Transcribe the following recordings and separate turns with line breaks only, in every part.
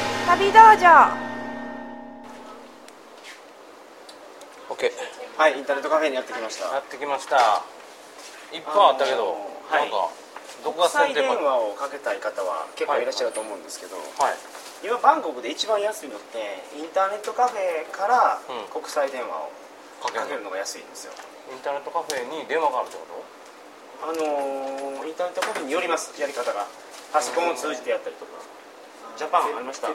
オ
した。
ッケ
はいインターネットカフェにやってきまし
ー
た
やってきましたいっぱいあったけど、
あ
な
のー
んか、
は
どこ
国
が
際
先手
電
かはい
話をかけたい方は結構いらっしゃると思うんですけど、今バンコクで一番安いのってインターネットカフェから
うん
国際電話を
かけ
かけ
る
るのが安いんですよ、
インターネットカフェに電話があるってこ
あのーインターネットカフェによりますやり方がパソコンを通じてやったりとかジャパンありました
と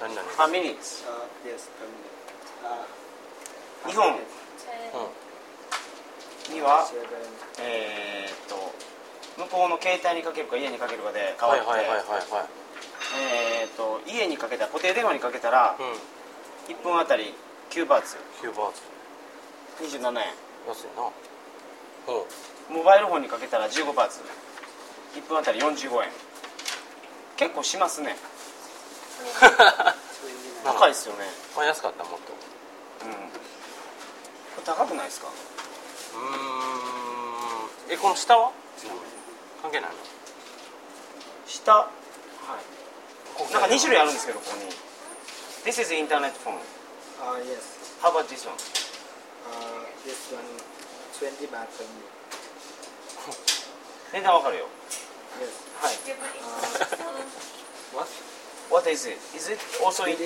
何々
ファミリーです日本にはえーっと向こうの携帯にかけるか家にかけるかで変わ
はい
っ
は
て、
いはいはいはい
えーっと家にかけた固定電話にかけたら
うん
1分あたり9バーツ
9バーツ
27円
安いなほ
モバイルフォンにかけたら15バーツ1分あたり45円結構しますね
う
高い
い、
ですよね
まあ、安かったもっと
うんこれ高くないですか
うーんえこの下はちなみに関係ないの
下はいなんか2種類あるんですけどここに This is internet phone How about this one? 値段わかるよはい What is it? Is it also in
uh,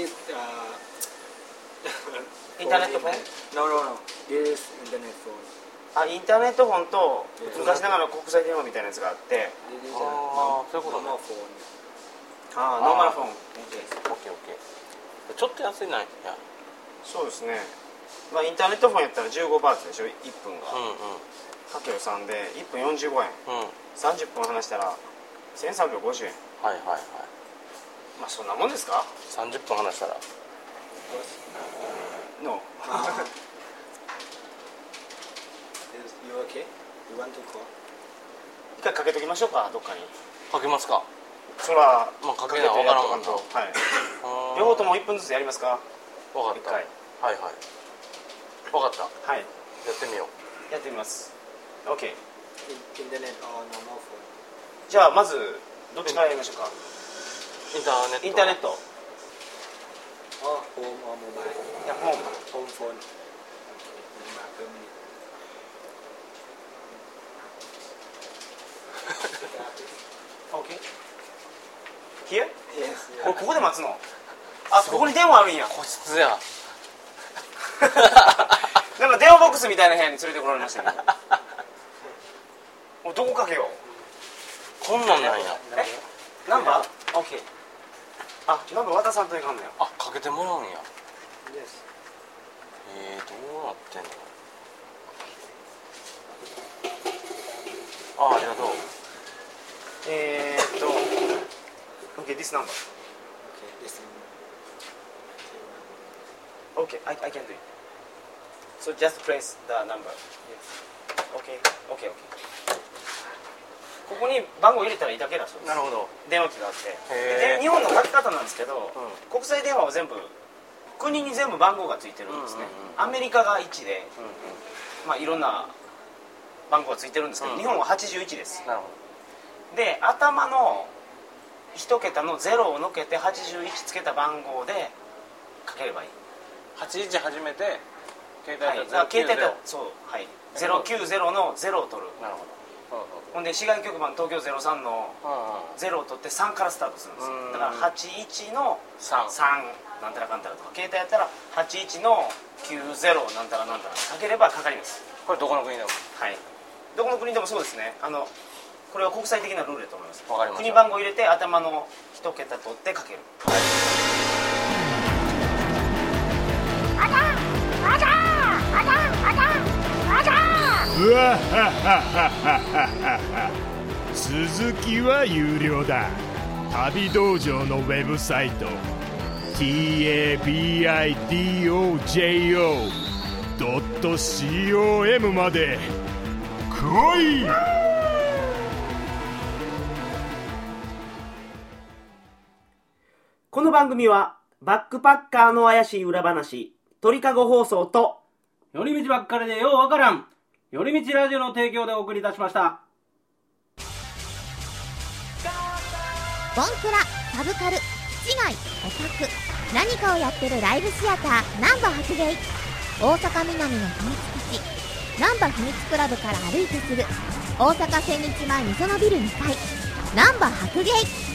internet phone?
No, no, no. This is internet phone.
あインターネットフォンと昔ながら国際電話みたいなやつがあって
そういう
ああそういうことねオッー
あノーマルフォン
ケーオッケーちょっと安いないや
そうですねまあインターネットフォンやったら15バーツでしょ1分
う
が
ん
かける3で1分45円
うんうん
30分話したら1350円
はいはいはい
まあそんなもんですか
30分話したら
の
okay? You want to call?
一回かけときましょうかどっかに
かけますか
そら
まあかけなわからんもんな
はい両
両
方とも1分ずつやりますか
分かっ
一
た
回
はいはい分かったや
はい
ってみよう
やってみます OK
In- internet or normal phone?
じゃあまずどっちからやりましょうか
インターネット
インターネット
Or home or mobile?
いやホーム
Home phone. Okay. Then mark per minute.
OK here?
Yes,
これ
yeah.
ここで待つのあここに電話あるんや
個室や
なんか電話ボックスみたいな部屋に連れてこられましたけ どもうどこかけよう
こんなんなんや
えナンバー ?OK あナンバー渡さんといかんのよ
あかけてもらうんや
Yes.
えー、どうなってんのああありがとう
えー、っと OK this number
Okay. This is. Okay,
OK
one minute.
I, I can do it so just press the number
Yes.
OK OK OK ここに番号入れたらいいだけだそうです
なるほど
電話機があって
へー
で日本の書き方なんですけど、
う
国際電話は全部国に全部番号がついてるんですね、
うんうん
アメリカが1で、
うんうん
まあ、いろんな番号がついてるんですけど、
うん
日本は81です
なるほ
で頭の1桁の0をのけて81つけた番号でかければいい、
ど8時始めて携
はい、
帯
だ
で
から携帯だ
090
そうはい090の0を取る
なるほど
ほんで市外局番東京03の
うんうんうん
0を取って3からスタートするんですよ
うん
だから81の
3
3なんたらかんたらとか携帯やったら81の90なんたらなんたらかければかかります
これどこの国でも
はいどこの国でもそうですねあのこれは国際的なルールだと思います
わかりました
国番号入れて頭の一桁取ってかける
うわははははは続きは有料だ旅道場のウェブサイト tabidojo.com まで来い
この番組は、バックパッカーの怪しい裏話、鳥かご放送と、
寄り道ばっかりでようわからん寄り道ラジオの提供でお送りいたしました
ボンクラサブカル
違いオタク何かをやってるライブシアター難波発芸大阪南の秘密基地難波秘密クラブから歩いてすぐ大阪千日前みそのビル2階難波白芸